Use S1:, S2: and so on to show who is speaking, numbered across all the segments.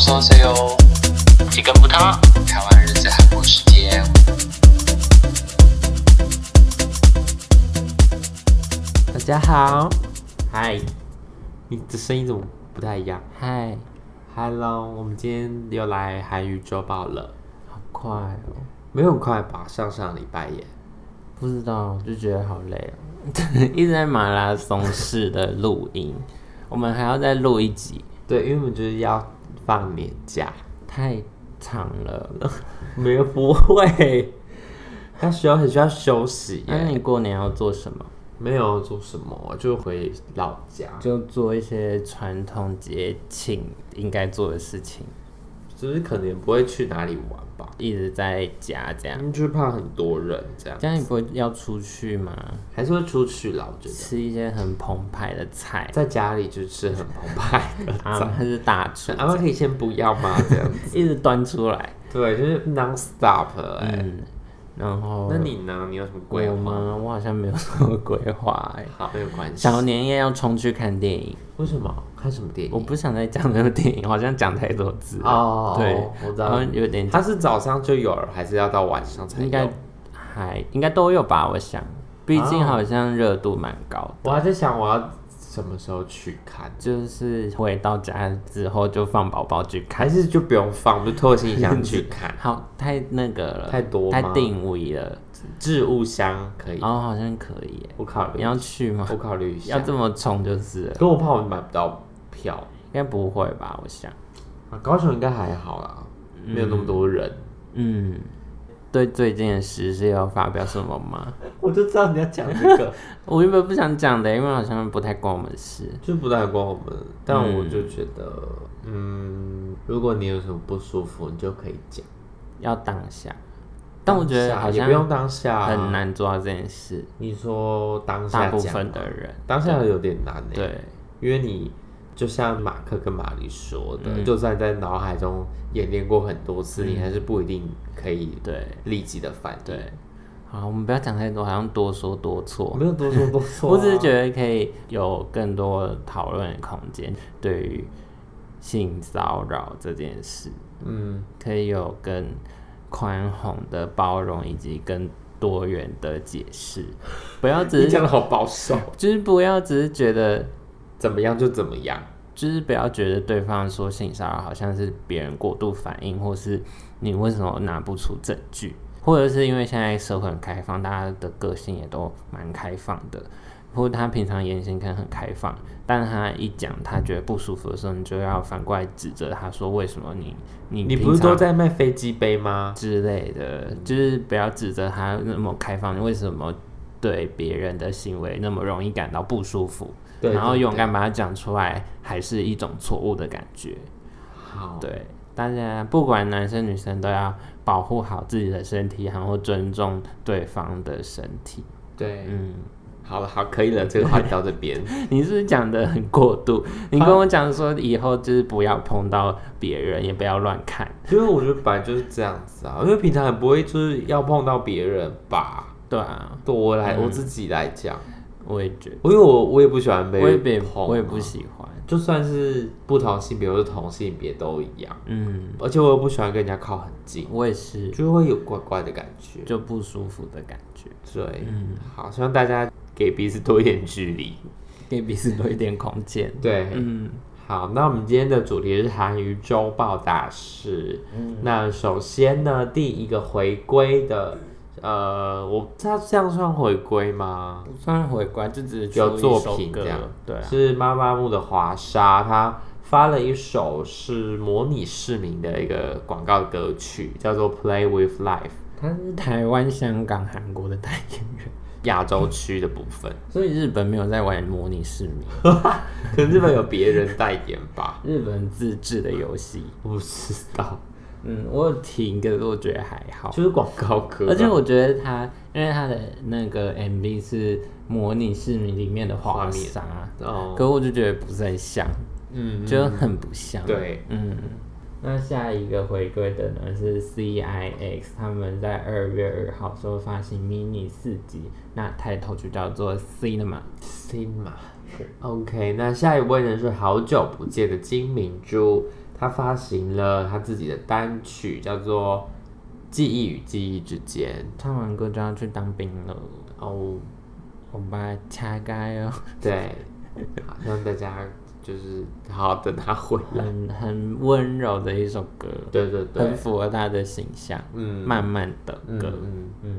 S1: 说 C 哦，
S2: 几根葡萄。
S1: 台湾日子韩国时间。
S2: 大家好，嗨，你的声音怎么不太一样
S3: 嗨，
S2: ？Hello，我们今天又来韩语周报了，
S3: 好快哦！
S2: 没有很快吧？上上礼拜耶。
S3: 不知道，就觉得好累哦， 一直在马拉松式的录音，我们还要再录一集，
S2: 对，因为我们就是要放年假，
S3: 太长了。
S2: 没有不会，他需要很需要休息
S3: 那
S2: 耶。
S3: 你过年要做什么？
S2: 没有做什么，就回老家，
S3: 就做一些传统节庆应该做的事情，
S2: 就是可能也不会去哪里玩吧，
S3: 一直在家这样。
S2: 因为就是怕很多人这样，
S3: 这样你不会要出去吗？
S2: 还是会出去啦。我觉得
S3: 吃一些很澎湃的菜
S2: 在家里就吃很澎湃的
S3: 啊，还是大厨
S2: 菜，阿妈可以先不要吗？这样子，
S3: 一直端出来。
S2: 对，就是 non stop 哎、
S3: 嗯，然后
S2: 那你呢？你有什么规
S3: 我
S2: 划？
S3: 吗？我好像没有什么规划 哎、
S2: 好，没有关系。
S3: 小年夜要冲去看电影，
S2: 为什么看什么电影？
S3: 我不想再讲那个电影，好像讲太多字了
S2: 哦
S3: 对，
S2: 我知道
S3: 然后有点
S2: 他是早上就有了，还是要到晚上才有？
S3: 应该还应该都有吧，我想，毕竟好像热度蛮高，
S2: 我还在想我要什么时候去看，
S3: 就是回到家之后就放宝宝去看。
S2: 还，是就不用放，我就拖行李箱去看
S3: 好太那个了，
S2: 太多吗
S3: 太定位了，
S2: 置物箱可以，
S3: 然后好像可以耶，
S2: 哦我考
S3: 你
S2: 虑，
S3: 要去吗？
S2: 我考虑一下。
S3: 要这么冲就是了，
S2: 可我怕我买不到票
S3: 应该不会吧，我想。
S2: 啊，高雄应该还好啦，没有那么 多人。
S3: 嗯，对最近的时事要发表什么 吗？
S2: 我就知道你要讲这个，
S3: 我原本不想讲的，因为好像不太关我们的事。
S2: 就不太关我们，但我就觉得，嗯，如果你有什么不舒服，你就可以讲。
S3: 要当下，但我觉
S2: 当
S3: 得
S2: 下
S3: 好
S2: 也
S3: 像
S2: 不用当下，啊
S3: 很。难做到这件事。
S2: 你说当下
S3: 大
S2: 讲啊
S3: 部分的人，
S2: 当下有点难呢、
S3: 对，
S2: 因为你就像马克跟玛丽说的，
S3: 嗯
S2: 就算在脑海中演练过很多次，你还是不一定可以
S3: 对
S2: 立即的反应。对，
S3: 好，我们不要讲太多，好像多说多错。
S2: 没有多说多说 啊、
S3: 我只是觉得可以有更多讨论的空间，对于性骚扰这件事，
S2: 嗯，
S3: 可以有更宽宏的包容以及更多元的解释，不要只
S2: 你
S3: 是
S2: 讲的好保守，
S3: 就是不要只是觉得，
S2: 怎么样就怎么样。
S3: 就是不要觉得对方说性骚扰好像是别人过度反应，或是你为什么拿不出证据，或者是因为现在社会很开放，大家的个性也都蛮开放的，或者他平常言行可能很开放，但他一讲他觉得不舒服的时候，你就要反过来指责他说为什么你你
S2: 你
S3: 平
S2: 不是
S3: 常
S2: 都在卖飞机杯吗？
S3: 之类的，就是不要指责他那么开放，你为什么对别人的行为那么容易感到不舒服？
S2: 对
S3: 然后
S2: 对对
S3: 勇敢把它讲出来，还是一种错误的感觉。
S2: 好，
S3: 对，大家不管男生女生都要保护好自己的身体，然后尊重对方的身体。
S2: 对，
S3: 嗯，
S2: 好了，好，可以了，这个话题到这边。
S3: 你是不是讲的很过
S2: 啊
S3: 度，你跟我讲说以后就是不要碰到别人，也不要乱看。
S2: 因为我觉得本来就是这样子啊，因为平常也不会就是要碰到别人吧。
S3: 对啊，
S2: 对嗯我来，我自己来讲，
S3: 我也觉得，
S2: 因为我我也不喜欢被
S3: 我也被
S2: 碰啊，
S3: 我也不喜欢。
S2: 就算是不同性别或是同性别都一样，
S3: 嗯，
S2: 而且我又不喜欢跟人家靠很近，
S3: 我也是。
S2: 就会有怪怪的感觉。
S3: 就不舒服的感觉，
S2: 对，好，希望大家给彼此多一点距离。
S3: 给彼此多一点空间。
S2: 对，
S3: 嗯，
S2: 好，那我们今天的主题是韩娱周报大事。
S3: 嗯
S2: 那首先呢，第一个回归的，呃，我不知道这样算回归吗？
S3: 不算回归，就只是出
S2: 有
S3: 一
S2: 作
S3: 首
S2: 品
S3: 歌
S2: 这样，
S3: 对啊，
S2: 是妈妈木的华莎，她发了一首是模拟市民的一个广告歌曲，叫做《Play with Life》，
S3: 他是台湾、香港、韩国的代言人，
S2: 亚洲区的部分。
S3: 所以日本没有在玩模拟市民，
S2: 可能日本有别人代言吧，
S3: 日本自制的游戏。
S2: 我不知道，
S3: 嗯，我有听，可是我觉得还好。
S2: 就是广告歌。
S3: 而且我觉得他，因为他的那个 MV 是模拟市民里面的
S2: 画
S3: 华
S2: 面
S3: 沙，
S2: 哦，
S3: 可我就觉得不是很像，
S2: 嗯，
S3: 就很不像。
S2: 对，
S3: 嗯，那下一个回归的呢是 CIX，他们在二月二号时候发行 mini 四集，那 title 就叫做 Cinema。
S2: c i n m a OK，那下一位呢是好久不见的金明珠，他发行了他自己的单曲，叫做《记忆与记忆之间》。
S3: 唱完歌就要去当兵了，
S2: 哦，
S3: 我把掐该哦，
S2: 对，好像大家就是好好等他回来。
S3: 很很温柔的一首歌，
S2: 对对对
S3: 很，符合他的形象，
S2: 嗯，
S3: 慢慢的
S2: 嗯
S3: 歌。
S2: 嗯
S3: 嗯，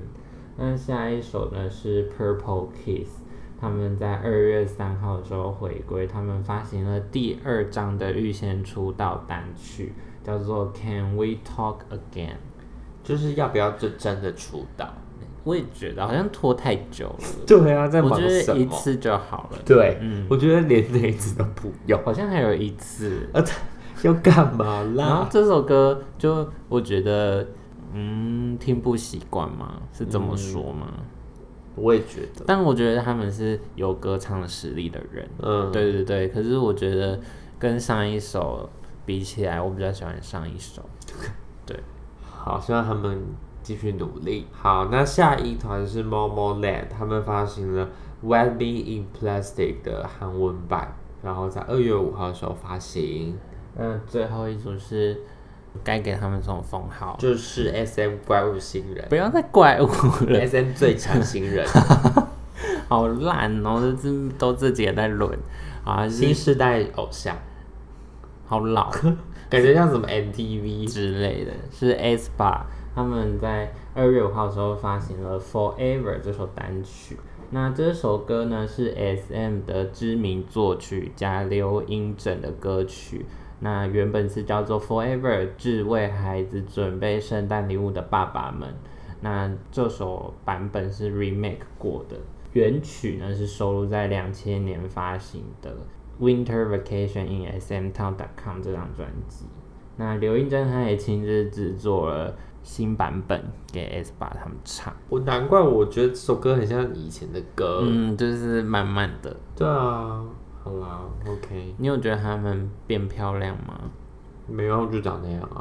S3: 那下一首呢是 Purple Kiss，他们在二月三号的时候回归，他们发行了第二张的预先出道单曲，叫做 Can We Talk Again。
S2: 就是要不要就真的出道？
S3: 我也觉得好像拖太久了，
S2: 对啊，在
S3: 我
S2: 忙
S3: 觉
S2: 什
S3: 得一
S2: 么？
S3: 次就好了。
S2: 对，
S3: 嗯
S2: 我觉得连那一次都不用，
S3: 好像还有一次，
S2: 呃，他要干嘛
S3: 然后
S2: 啦？
S3: 这首歌就我觉得，嗯，听不习惯嘛，是这
S2: 嗯
S3: 么说吗？
S2: 我也觉得，
S3: 但我觉得他们是有歌唱实力的人，
S2: 嗯，
S3: 对对对，可是我觉得跟上一首比起来，我比较喜欢上一首。
S2: 好，希望他们继续努力。好，那下一团是 Momo Land，他们发行了《Wet Me in Plastic》的韩文版，然后在二月五号的时候发行，
S3: 嗯，最后一组是该给他们这种封号，
S2: 就是 SM 怪物新 人
S3: 不要再怪我了，
S2: ，SM 最强新 人，
S3: 好烂哦，这这都自己也在轮啊，
S2: 新
S3: 是
S2: 时代偶像，
S3: 好老
S2: 感觉像什么 MTV
S3: 之类的，是 S 吧？他们在二月五号的时候发行了《Forever》这首单曲。那这首歌呢是 S.M 的知名作曲家刘英整的歌曲。那原本是叫做《Forever》，致为孩子准备圣诞礼物的爸爸们。那这首版本是 remake 过的，原曲呢是收录在两千年发行的《Winter Vacation in SM Town.com》这张专辑。那刘英珍她也亲自制作了新版本给 S 八他们唱，
S2: 我难怪我觉得这首歌很像以前的歌，
S3: 嗯，就是慢慢的。
S2: 对啊，好啦，OK，
S3: 你有觉得他们变漂亮吗？
S2: 没有就长那样啊，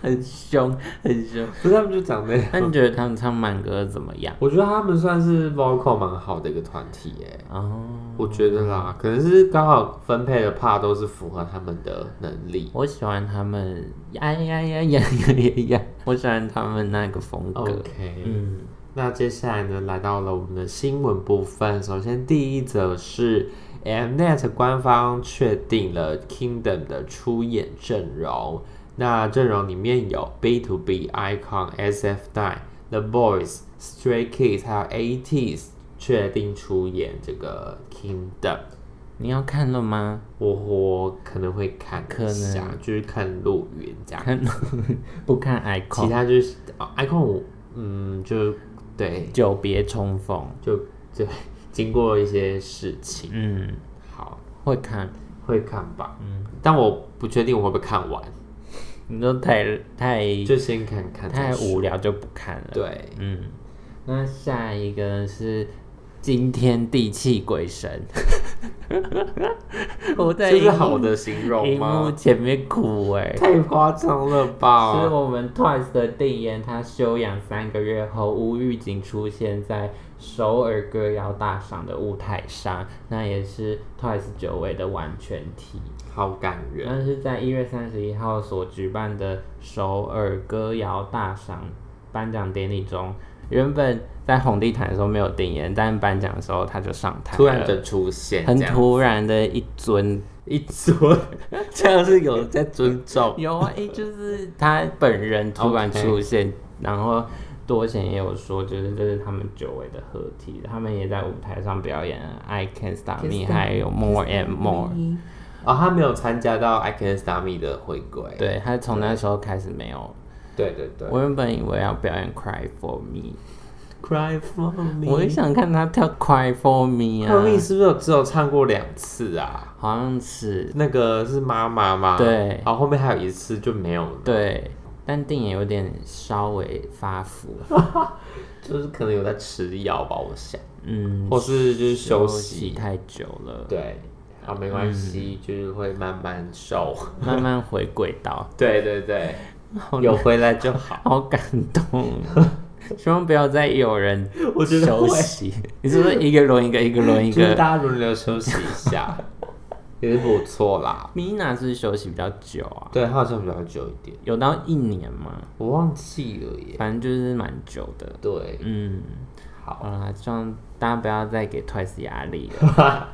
S3: 很凶，很凶。
S2: 不是他们就长那样。啊
S3: 那你觉得他们唱慢歌怎么样？
S2: 我觉得他们算是 vocal 蛮好的一个团体耶，
S3: 哦，
S2: 我觉得啦，可能是刚好分配的 part 都是符合他们的能力。
S3: 我喜欢他们呀呀呀呀呀呀呀！我喜欢他们那个风格。
S2: OK，、
S3: 哦嗯，
S2: 那接下来呢，来到了我们的新闻部分。首先第一则是 Mnet 官方确定了 Kingdom 的出演阵容，那阵容里面有 B to B Icon、SF9、The Boys、Stray Kids 还有 ATEEZ 确定出演这个 Kingdom。
S3: 你要看了吗？
S2: 我我可能会看
S3: 可
S2: 一下，就是看路云这样，
S3: 看不看
S2: 其
S3: icon
S2: 他就是、哦、icon，我嗯，就对，
S3: 久别重逢。
S2: 就就 经过一些事情，
S3: 嗯，
S2: 好
S3: 会看。
S2: 会看吧，嗯，但我不确定我会不会看完，
S3: 你都太太
S2: 就先看看再
S3: 太
S2: 说，
S3: 无聊就不看了。，
S2: 对，
S3: 嗯。那下一个是惊天地泣鬼神， 我在
S2: 这是
S3: 荧幕
S2: 好的形容
S3: 荧幕
S2: 吗？
S3: 前面哭哎、
S2: 太夸张了
S3: 是
S2: 吧！
S3: 我们 Twice 的定言，他休养三个月后，无预警出现在首尔歌谣大赏的舞台上，那也是 Twice 久违的完全体。
S2: 好感人，
S3: 那是在一月三十一号所举办的首尔歌谣大赏颁奖典礼中，原本在红地毯的时候没有定言，但颁奖的时候他就上台了，
S2: 突然的出现，
S3: 很
S2: 这样
S3: 突 然的一尊，
S2: 一尊，这样是有在尊重，
S3: 有啊，诶，就是他本人突然
S2: OK
S3: 出现然后。多贤也有说，就是这是他们久违的合体，他们也在舞台上表演《I Can Stop Me》，还有《More and More》。
S2: 哦，他没有参加到 I Can Stop Me 的回归。
S3: 对，他从那时候开始没有
S2: 对对对
S3: 我原本以为要表演《Cry for Me
S2: ，Cry for》，me，
S3: 我也想看他跳《Cry for Me》
S2: 嗯 For me
S3: 啊，
S2: 是不是有只有唱过两次啊？
S3: 好像是
S2: 那个是妈妈吗？
S3: 对
S2: 好，后面还有一次就没有了，
S3: 对，但电影有点稍微发福，
S2: 就是可能有在吃药吧，我想，
S3: 嗯，
S2: 或是就是休
S3: 息
S2: 息。嗯
S3: 太久了，
S2: 对，好，没关系，就是会慢慢瘦。
S3: 慢慢回轨道，
S2: 对对对，
S3: 好
S2: 有回来就好。
S3: 好感动。希望不要再有人
S2: 我觉得
S3: 休
S2: 会
S3: 息。你是不是一个轮一个，一个轮一
S2: 就是
S3: 个？
S2: 大家轮流休息一下。也是不错啦。
S3: 米娜是不是休息比较久啊，
S2: 对，他好像比较久一点，
S3: 有到一年嘛，
S2: 我忘记了耶。
S3: 反正就是蛮久的。
S2: 对，
S3: 嗯，
S2: 好，
S3: 好啦，希望大家不要再给 Twice 压力了，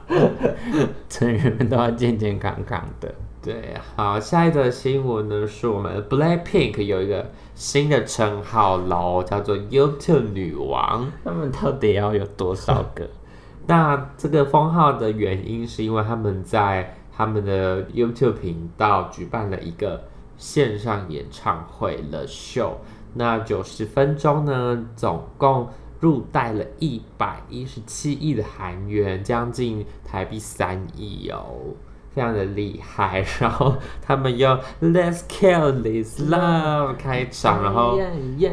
S3: 成员们都要健健康康的。
S2: 对，好，下一则新闻呢是我们 Blackpink 有一个新的称号喽，叫做 YouTube 女王。
S3: 他们到底要有多少 个？
S2: 那这个封号的原因是因为他们在他们的 YouTube 频道举办了一个线上演唱会的秀，那九十分钟呢，总共入袋了一百一十七亿的韩元，将近台币三亿哦。非常的厉害，然后他们用 Let's Kill This Love 开场，然后
S3: 哎呀呀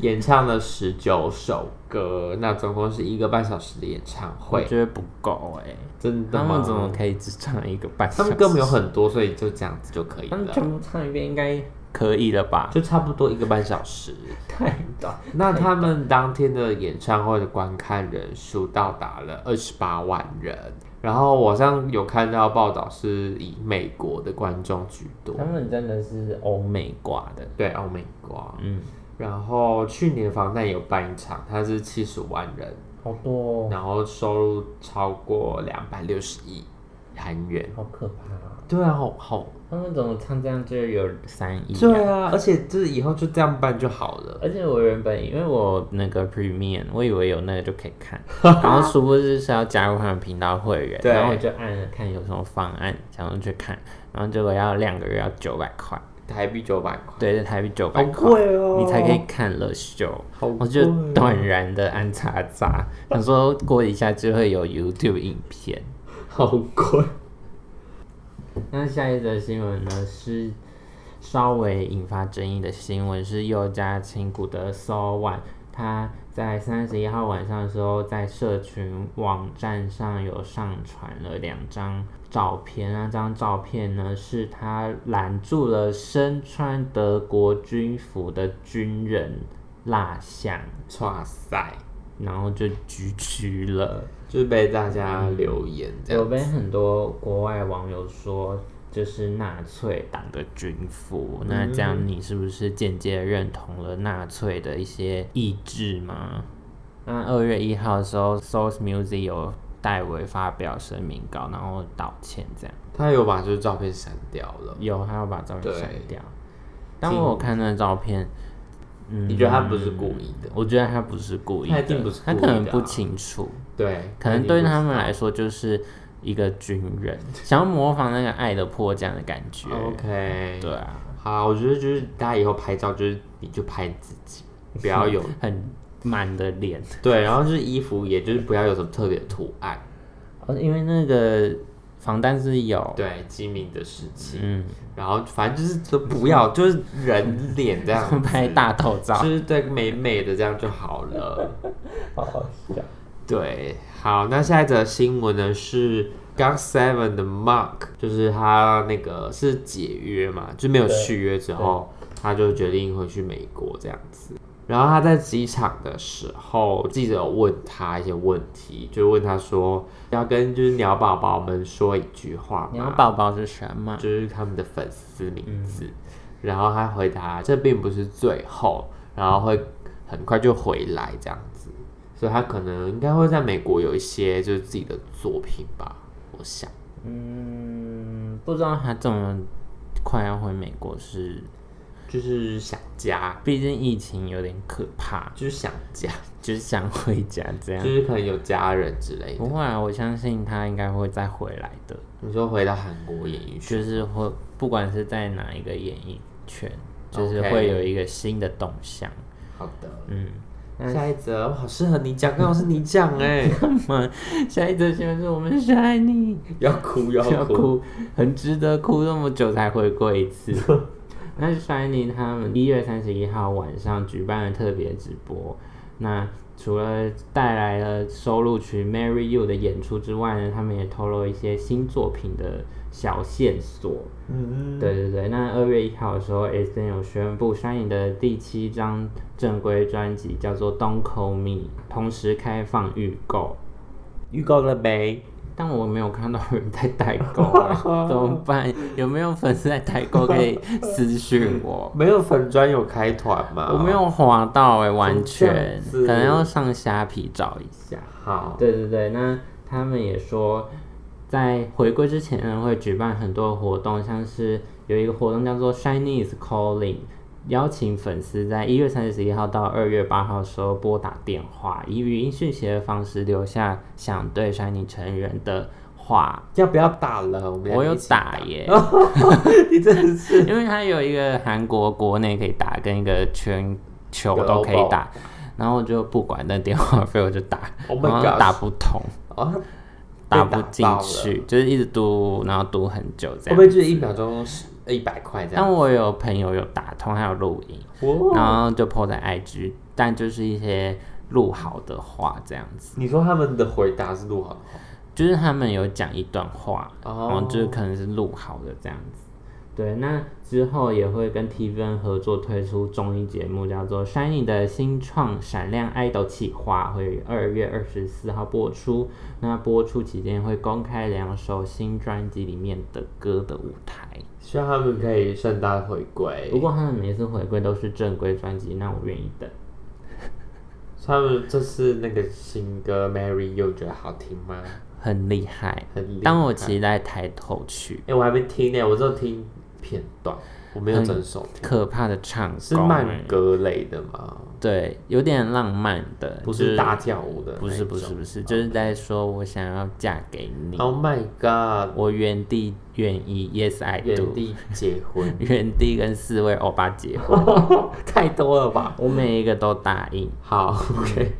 S2: 演唱了十九首歌，那总共是一个半小时的演唱
S3: 我
S2: 会，
S3: 觉得不够哎、
S2: 真的
S3: 他
S2: 吗？
S3: 们怎么可以只唱一个半
S2: 他
S3: 小时？
S2: 们歌没有很多，所以就这样子就可以
S3: 他们
S2: 了，
S3: 全部唱一遍应该可以了吧？
S2: 就差不多一个半小时。
S3: 太短，
S2: 那他们当天的演唱会的观看人数到达了二十八万人，然后我上有看到报道是以美国的观众居多
S3: 他，们真的是欧美挂的。
S2: 对，哦，美国。
S3: 嗯，
S2: 然后去年防弹有办一场，它是七十万人，
S3: 好多、哦，
S2: 然后收入超过两百六十亿韩元。
S3: 好可怕、啊！
S2: 哦对啊，好好，
S3: 他们怎么唱这样就有三亿、啊？
S2: 对啊，而且就是以后就这样办就好了。
S3: 而且我原本因为我那个 Premium，我以为有那个就可以看，然后殊不知是要加入他们频道会员，
S2: 对
S3: 然后我就按了看有什么方案，想要去看，然后结果要两个月要九百块，
S2: 台币九百块，
S3: 对，就台币九
S2: 好
S3: 百块，
S2: 贵哦，
S3: 你才可以看了秀。
S2: 好贵哦，
S3: 我就断然的按叉叉，想说过一下就会有 YouTube 影片。
S2: 好贵。
S3: 那下一则新闻呢是稍微引发争议的新闻，是佑家亲谷的 So One，他在三十一号晚上的时候，在社群网站上有上传了两张照片，那张照片呢是他拦住了身穿德国军服的军人蜡像，
S2: 哇塞，
S3: 然后就举起了。
S2: 就是被大家留言这
S3: 有
S2: 样，
S3: 被很多国外网友说，就是纳粹党的军服，那这样你是不是间接认同了纳粹的一些意志吗？那二月一号的时候，Source Music 有代为发表声明稿，然后道歉，这样
S2: 他有把就是照片删掉了。
S3: 有还要把照片
S2: 对
S3: 删掉。但我有看那照片，嗯，
S2: 你觉得他不是故意的？
S3: 我觉得他不是故意
S2: 他
S3: 的，
S2: 一定不是
S3: 他
S2: 故
S3: 可
S2: 意
S3: 能
S2: 的
S3: 不
S2: 啊
S3: 清楚，
S2: 对，
S3: 可能对
S2: 一定
S3: 他们来说就是一个军人，想要模仿那个《爱的迫降》的感觉
S2: 不。是哦 OK。
S3: 对啊，
S2: 好，我觉得就是大家以后拍照，就是你就拍自己，不要有
S3: 很满的脸，
S2: 对，然后就是衣服，也就是不要有什么特别的图案。
S3: 哦因为那个防弹是有，
S2: 对，机敏的事情，
S3: 嗯，
S2: 然后反正就是都不要，就是人脸这样子
S3: 拍大头照
S2: 就，是对美美的这样就好了。
S3: 好好笑。
S2: 对，好，那下一则新闻呢是 GOT Seven 的 Mark，就是他那个是解约嘛，就没有
S3: 对
S2: 续约之后，他就决定回去美国这样子。然后他在机场的时候，记者有问他一些问题，就问他说要跟就是鸟宝宝们说一句话
S3: 鸟
S2: 吗？
S3: 宝宝是什么？
S2: 就是他们的粉丝名字。然后他回答这并不是最后，然后会很快就回来这样子，所以他可能应该会在美国有一些就是自己的作品吧，我想。
S3: 嗯，不知道他这么快要回美国是，
S2: 就是想家，
S3: 毕竟疫情有点可怕，
S2: 就是想家，
S3: 就是想回家这
S2: 就
S3: 样。
S2: 是可能有家人之类
S3: 不
S2: 的。
S3: 会啊，我相信他应该会再回来的。
S2: 哦你说回到韩国演艺圈，
S3: 就是会不管是在哪一个演艺圈，就是
S2: OK
S3: 会有一个新的动向。
S2: 好的。
S3: 嗯，
S2: 下一则哇好适合你讲，刚好是你讲哎、
S3: 下一则新闻是我们是爱你，
S2: 要哭
S3: 要
S2: 要哦哭，
S3: 哭，很值得哭那么久才回过一次。 那 Shiny 他们一月三十一号晚上举办了特别直播，那除了带来了收录曲《Marry You》的演出之外呢，他们也透露一些新作品的小线索。
S2: 嗯，
S3: 对对对，那二月一号的时候，S N 有宣布山影的第七张正规专辑叫做《Don't Call Me》，同时开放预购。
S2: 预告了没？
S3: 但我没有看到有人在代购、 欸怎么办？有没有粉丝在代购可以私讯 我？
S2: 没有粉砖有开团吗？
S3: 我没有滑到哎、完全
S2: 怎么这样子
S3: 可能要上虾皮找一下。
S2: 好，
S3: 对对对，那他们也说，在回归之前呢，会举办很多活动，像是有一个活动叫做 “Shiny is Calling”，邀请粉丝在一月三十一号到二月八号的时候拨打电话，以语音讯息的方式留下想对 Shiny 成员的话。
S2: 要不要打了？我们
S3: 我
S2: 要
S3: 有
S2: 一起，
S3: 打耶，
S2: 你真的是
S3: 因为它有一个韩国国内可以打，跟一个全球都可以打，然后我就不管那电话费，我就打，
S2: Oh my
S3: 然后
S2: gosh
S3: 打不通。
S2: 哦，
S3: 打
S2: 被
S3: 不
S2: 打
S3: 进
S2: 到
S3: 去，就是一直嘟，然后嘟很久这
S2: 会不
S3: 样。
S2: 会就是一秒钟是一百块这样？
S3: 但我有朋友有打通，还有录音，
S2: 哦，
S3: 然后就 po 在 IG，但就是一些录好的话这样子，
S2: 你说他们的回答是录好的话，
S3: 就是他们有讲一段话，
S2: 哦
S3: 然后就是可能是录好的这样子。对，那之后也会跟 TVN 合作推出综艺节目，叫做《Shiny 的新创闪亮爱豆企划》，会于二月二十四号播出。那播出期间会公开两首新专辑里面的歌的舞台。
S2: 希望他们可以盛大回归
S3: 如。果他们每次回归都是正规专辑，那我愿意等。
S2: 他们这次那个新歌《Mary》又觉得好听吗？
S3: 很厉害，
S2: 很厉害
S3: 当我期待抬头去，
S2: 哎、我还没听呢、我只有听片段，我没有整首听。
S3: 可怕的唱
S2: 是
S3: 功哎
S2: 慢歌类的吗？
S3: 对，有点浪漫的，
S2: 不
S3: 就是
S2: 大跳舞的那种，
S3: 不是不是不是，就是在说我想要嫁给你，
S2: Oh my god！
S3: 我原地愿意，Yes I
S2: 原
S3: do，，
S2: 地结婚
S3: 原地跟四位欧巴结婚，
S2: 太多了吧？
S3: 我每一个都答应。
S2: 好，OK。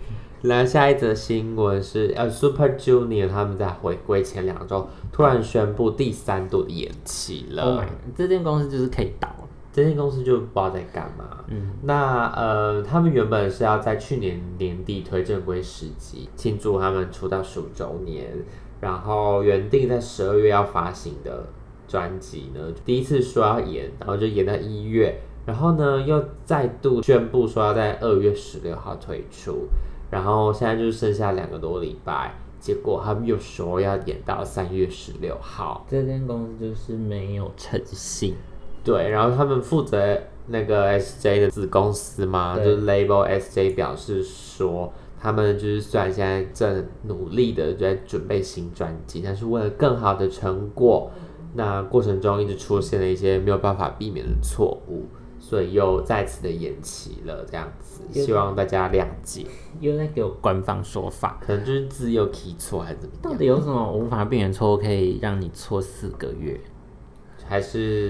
S2: 来，下一则新闻是，呃，Super Junior 他们在回归前两周突然宣布第三度的延期了。
S3: Oh my，这间公司就是可以倒了，
S2: 这间公司就不知道在干嘛。嗯，那呃，他们原本是要在去年年底推正规时集，庆祝他们出道十五周年，然后原定在十二月要发行的专辑呢，第一次说要延，然后就延到一月，然后呢又再度宣布说要在二月十六号推出，然后现在就剩下两个多礼拜。结果他们又说要延到三月十六号，
S3: 这间公司就是没有诚信。
S2: 对，然后他们负责那个 SJ 的子公司嘛，就
S3: 对
S2: 是 Label SJ 表示说，他们就是虽然现在正努力的在准备新专辑，但是为了更好的成果，那过程中一直出现了一些没有办法避免的错误，所以又再次的延期了，这样子，希望大家谅解，
S3: 又在给我官方说法，
S2: 可能就是字又 key 错还是怎么
S3: 到
S2: 样，
S3: 底有什么无法避免错误可以让你错四个月？
S2: 还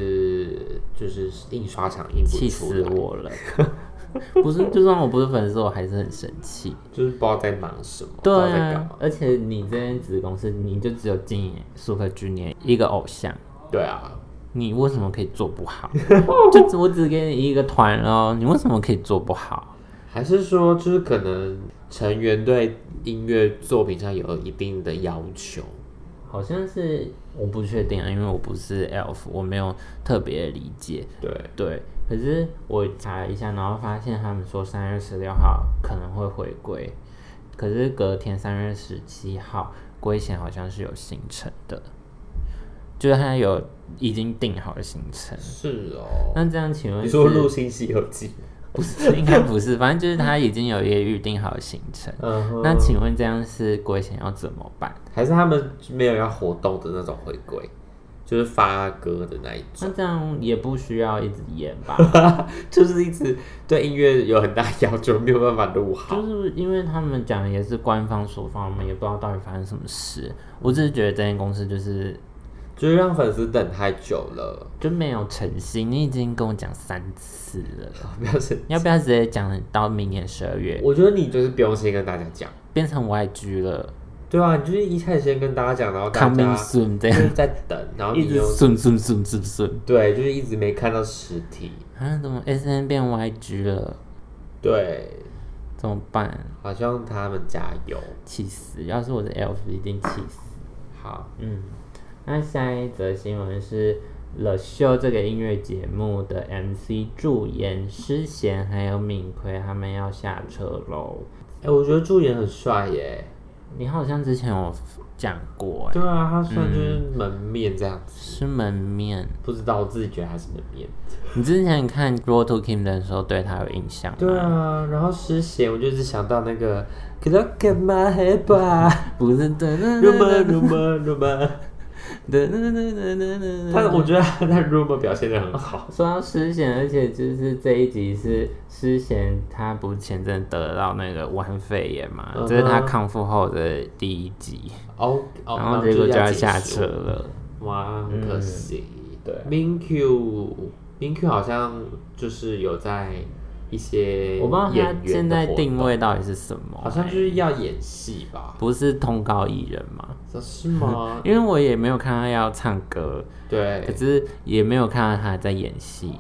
S2: 是就是印刷厂印不
S3: 气
S2: 出
S3: 死
S2: 来，
S3: 我了！不是，就算我不是粉丝，我还是很生气。
S2: 就是不知道在忙什么，
S3: 对
S2: 不知道在干
S3: 啊
S2: 嘛，，
S3: 而且你这间子公司，你就只有经营 Super Junior 一个偶像，
S2: 对啊。
S3: 你为什么可以做不 好？就只我只给你一个团哦，你为什么可以做不好？
S2: 还是说，就是可能成员对音乐作品上有一定的要求，
S3: 好像是我不确定啊，因为我不是 ELF，我没有特别理解。
S2: 对，
S3: 对，可是我查了一下，然后发现他们说三月十六号可能会回归，可是隔天三月十七号归贤好像是有行程的，就是他有已经定好的行程。
S2: 是哦。
S3: 那这样请问
S2: 你
S3: 是
S2: 说录《新西游记》？
S3: 不是？应该不是，反正就是他已经有一个预定好的行程。
S2: 嗯哼，
S3: 那请问这样是归贤要怎么办？
S2: 还是他们没有要活动的那种回归，就是发歌的那一
S3: 那
S2: 种，
S3: 这样也不需要一直演吧？
S2: 就是一直对音乐有很大要求，没有办法录好。
S3: 就是因为他们讲的也是官方说法，我们也不知道到底发生什么事。我只是觉得这间公司就是
S2: 就是让粉丝等太久了，
S3: 就没有诚信，你已经跟我讲三次了，
S2: 不要生气。
S3: 要不要直接讲到明年十二月
S2: 我觉得你就是不用先跟大家讲，
S3: 变成 YG 了
S2: 对啊，你就是一开始先跟大家讲，然后大
S3: ，coming
S2: 家
S3: soon 这
S2: 就
S3: 样，
S2: 是在等，然后
S3: 一
S2: 你
S3: 直
S2: 又
S3: soon soon soon soon soon，
S2: 对，就是一直没看到实体。
S3: 啊，怎么 SN 变 YG 了？
S2: 对，
S3: 怎么办？
S2: 好像他们加油。
S3: 气死！要是我的 Elf 一定气死。
S2: 好，
S3: 嗯，那下一则新闻是《The Show》这个音乐节目的 MC 驻颜诗贤还有敏奎他们要下车喽。
S2: 哎、我觉得助演很帅耶，
S3: 你好像之前有讲过、欸，
S2: 对啊，他算就是门面这样子，
S3: 是门面。
S2: 嗯不知道我自己觉得他是门面。
S3: 你之前看《Road to Kingdom》的时候，对他有印象吗？
S2: 对啊，然后诗贤，我就是想到那个 Look at my head ba，
S3: 不是的，
S2: 如么 如么如么，但我觉得他在如么表现的很好。
S3: 说到诗贤，而且就是这一集是诗贤，他不是前阵得到那个武汉肺炎嘛
S2: 嗯哼
S3: 这是他康复后的第一集，
S2: 哦哦，
S3: 然后结果就
S2: 要
S3: 要
S2: 结束
S3: 下车，了。
S2: 哇，很可惜。
S3: 嗯对
S2: Min Q Min Q 好像就是有在一些
S3: 我不知道他
S2: 演员
S3: 现
S2: 的
S3: 在
S2: 活
S3: 定
S2: 动，
S3: 位到底是什么、
S2: 好像就是要演戏吧？
S3: 不是通告艺人嘛？
S2: 这是 吗？
S3: 因为我也没有看到要唱歌，可
S2: 对，
S3: 是也没有看到他在演 戏，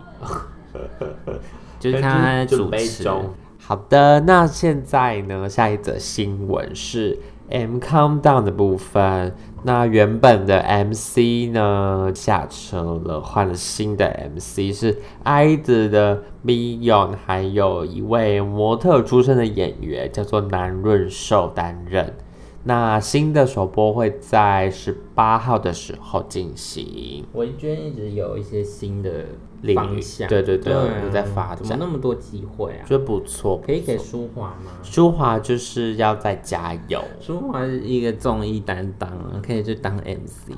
S3: 就是看到他在
S2: 准
S3: 主
S2: 备
S3: 持。
S2: 中。好的，那现在呢？下一则新闻是 M Calm Down 的部分。那原本的 MC 呢下车了，换了新的 MC 是 I 子的 Beyond，还有一位模特出身的演员叫做南润寿担任。那新的首播会在十八号的时候进行。
S3: 文娟一直有一些新的
S2: 领域
S3: 方向，
S2: 对对对
S3: 对啊，
S2: 有在发展
S3: 怎么那么多机会啊？
S2: 觉得不错，
S3: 可以给
S2: 不错
S3: 舒华吗？
S2: 舒华就是要再加 油。
S3: 舒华是一个综艺担当啊，可以去当 MC，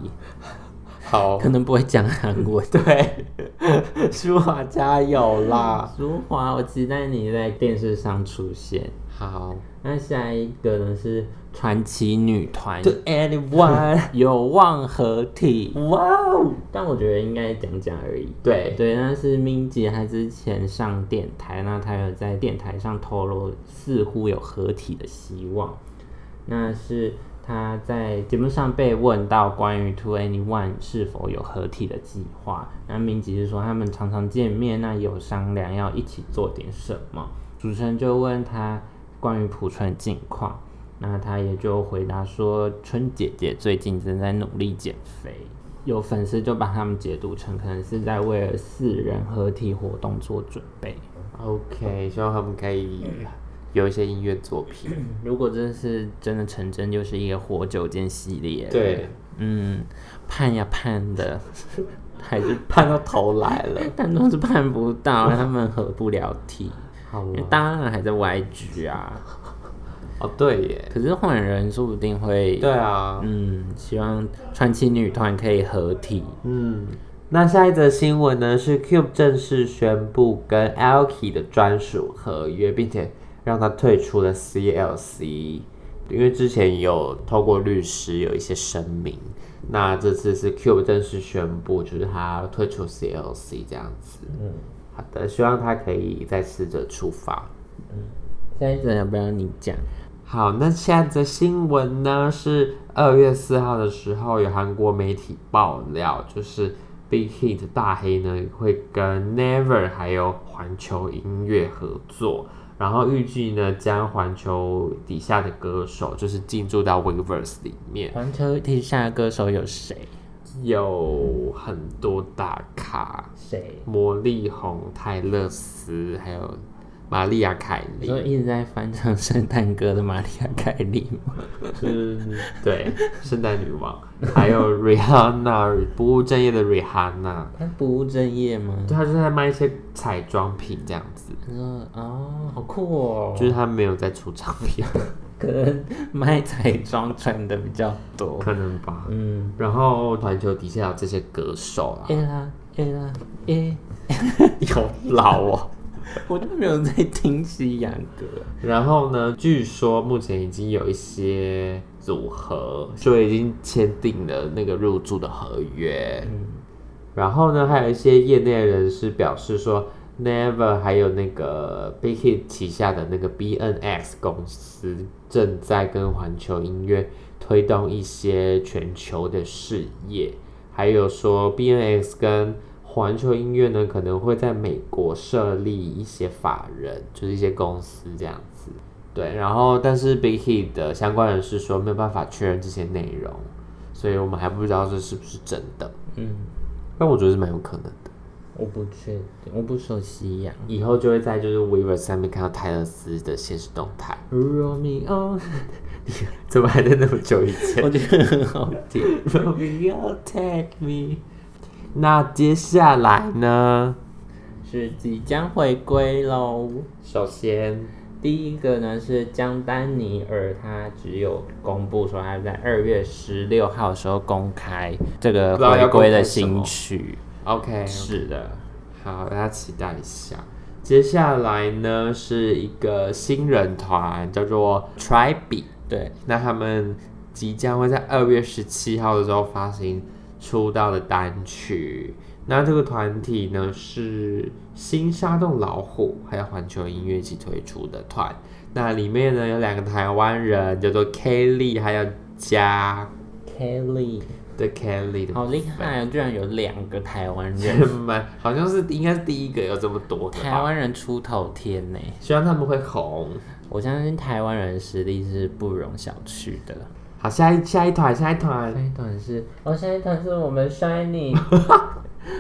S2: 好
S3: 可能不会讲韩文。
S2: 哦对， 舒华加油啦！
S3: 舒华，我期待你在电视上出现。
S2: 好
S3: 那下一个呢是传奇女团
S2: ，To anyone，
S3: 有望合体，
S2: 哇哦！
S3: 但我觉得应该讲讲而已。
S2: 对，
S3: 对，那是明姐她之前上电台，那她有在电台上透露似乎有合体的希望。那是她在节目上被问到关于 To Anyone 是否有合体的计划，那明姐是说他们常常见面，那有商量要一起做点什么。主持人就问她关于朴春近况，那她也就回答说，春姐姐最近正在努力减肥。有粉丝就把他们解读成可能是在为了四人合体活动做准备。
S2: OK，希望他们可以有一些音乐作 品。
S3: 如果这是真的成真，就是一个活久见系列。，
S2: 对，
S3: 嗯，盼呀盼的， 还是
S2: 盼到头来了。
S3: 但都是盼不到，他们合不了 体。
S2: 好
S3: 因为
S2: 了，
S3: 当然还在 YG 啊，
S2: 哦对耶，
S3: 可是换人说不定会。
S2: 对啊，
S3: 嗯，希望传奇女团可以合体。
S2: 嗯。那下一则新闻呢？是 Cube 正式宣布跟 Alki 的专属合约，并且让他退出了 CLC，因为之前有透过律师有一些声明。那这次是 Cube 正式宣布，就是他退出 CLC 这样子。嗯，好的，希望他可以再试着出发。
S3: 下一则要不要你讲？
S2: 好，那下一则新闻呢？是二月四号的时候，有韩国媒体爆料，就是 Big Hit 大黑呢会跟 Never 还有环球音乐合作，然后预计呢将环球底下的歌手就是进驻到 Weverse 里面，
S3: 环球地下歌手有谁？
S2: 有很多大咖，
S3: 谁？
S2: 魔力红、泰勒斯，还有玛利亚凯
S3: 你
S2: 莉，
S3: 说一直在翻唱圣诞歌的玛丽亚·凯莉吗？
S2: 啊是，对，圣诞女王，还有 Rihanna 不务正业的 Rihanna，
S3: 她不务正业吗？
S2: 就她就是在卖一些彩妆品这样子，
S3: 她说哦，好酷哦，
S2: 就是她没有在出唱片，
S3: 可能卖彩妆赚的比较多。
S2: 可能吧。
S3: 嗯，
S2: 然后环球底下有这些歌手啊，
S3: 哎啦哎啦哎，
S2: 有老哦。
S3: 我就没有在听西洋歌。
S2: 然后呢，据说目前已经有一些组合就已经签订了那个入驻的合约。然后呢，还有一些业内人士表示说，Never 还有那个 Big Hit 旗下的那个 BNX 公司正在跟环球音乐推动一些全球的事业，还有说 BNX 跟环球音乐呢可能会在美国设立一些法人，就是一些公司这样子。对，然后但是 Big Hit 的相关人士说没有办法确认这些内容，所以我们还不知道这是不是真的。
S3: 嗯，
S2: 但我觉得是蛮有可能的。
S3: 我不确定，我不熟悉呀、
S2: 以后就会在就是 Weaver 上面看到泰勒斯的现实动态。Romeo，你怎么还在那么久以前
S3: 我觉得很好 听。
S2: ？Romeo take me。那接下来呢？
S3: 是即将回归喽。
S2: 首先，
S3: 第一个呢是江丹尼尔，他只有公布说他在二月十六号的时候公开这个
S2: 不知道要
S3: 回归的
S2: 公开什
S3: 新
S2: 么
S3: 曲。
S2: OK，
S3: 是的，
S2: 好，大家期待一下。接下来呢是一个新人团，叫做 Tribe。
S3: 对，
S2: 那他们即将会在二月十七号的时候发行出道的单曲。那这个团体呢是新沙洞老虎还有环球音乐一起推出的团。那里面呢有两个台湾人，叫做 Kelly 还有嘉
S3: Kelly，
S2: 对 Kelly 的
S3: 好厉害啊！居然有两个台湾人，
S2: 人们，好像是应该是第一个有这么多的
S3: 台
S2: 吧。
S3: 湾人出头天呢、
S2: 希望他们会红。
S3: 我相信台湾人的实力是不容小觑的。
S2: 好，下一下一团，下一团
S3: 下一团是，哦，下一团是我们 Shiny，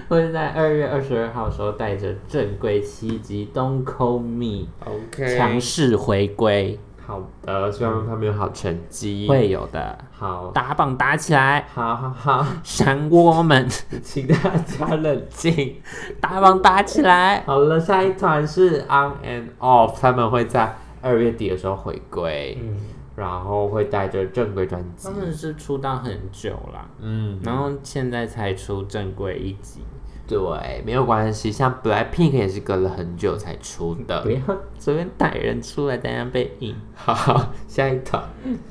S3: 会在二月二十二号的时候带着正规七集 Don't Call Me
S2: ，OK，
S3: 强势回归，
S2: 好的，希望他们有好成绩。
S3: 会有的，
S2: 好，
S3: 打榜打起来，
S2: 好好好，
S3: 闪我们，
S2: 请大家冷静。
S3: 打榜打起来。
S2: 好了，下一团是 On and Off，他们会在二月底的时候回归，
S3: 嗯，
S2: 然后会带着正规专辑
S3: 他。们是出道很久啦，
S2: 嗯，
S3: 然后现在才出正规一集，
S2: 对，没有关系。像 Blackpink 也是隔了很久才出
S3: 不
S2: 的。
S3: 要随便逮人出来，等下被引。
S2: 好，下一团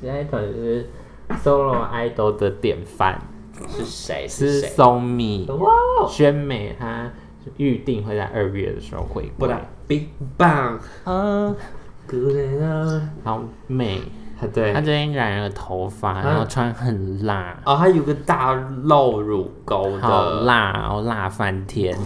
S3: 下一团是 solo idol 的典范，
S2: 是谁？
S3: 是
S2: 谁？
S3: 松米
S2: 哇哦，
S3: 宣美，她预定会在二月的时候回
S2: 不
S3: 归。
S2: 然 Big Bang。
S3: 嗯，
S2: Good enough。
S3: 好美，
S2: 啊，对
S3: 她，最近染了头发，然后穿很辣，
S2: 哦，它有个大露乳沟的。
S3: 好辣哦，辣翻天。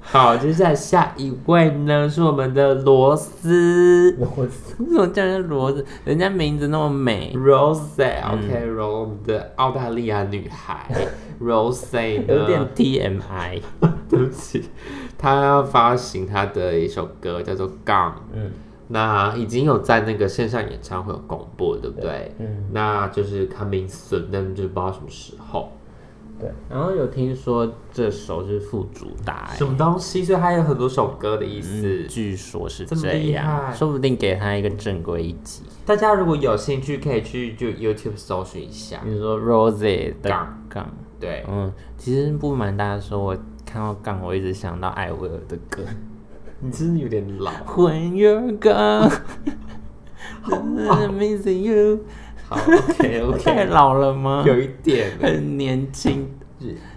S2: 好，接下来下一位呢是我们的罗斯
S3: 我怎么叫人家骡子？人家名字那么美，
S2: Rose，OK，、然后我们的澳大利亚女孩 Rose 呢，
S3: 有点 TMI。
S2: 对不起，她要发行她的一首歌叫做《Gone》，
S3: 嗯
S2: 那已经有在那个线上演唱会有公布，对不对？
S3: 嗯，
S2: 那就是 coming soon，但就是不知道什么时候。
S3: 对。然后有听说这首是副主打、欸
S2: 什。么东西？所以它有很多首歌的意思。
S3: 嗯，据说是
S2: 这么
S3: 这
S2: 厉害
S3: 样，说不定给他一个正规一集。
S2: 大家如果有兴趣，可以去就 YouTube 搜寻一下。
S3: 你说 Rose 的
S2: 杠
S3: 杠，
S2: 对，
S3: 嗯，其实不瞒大家说，我看到杠，我一直想到艾薇儿的歌
S2: 你真的有点老。
S3: When You're Gone。Amazing you，
S2: 好 ，OK
S3: 太
S2: OK，
S3: 老了吗？
S2: 有一点
S3: 很年轻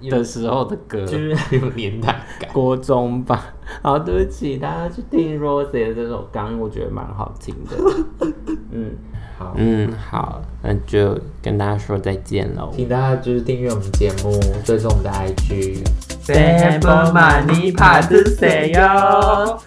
S2: 有
S3: 的时候的歌，
S2: 就是很 有年代感。
S3: 国中吧。 好，对不起，大家去听 Rose 的这首《刚》，我觉得蛮好听的。 嗯
S2: 好，
S3: 嗯，好，那就跟大家说再见喽。
S2: 请大家就是订阅我们节目，追踪我们的 IG。
S3: 谁不骂你怕是谁哟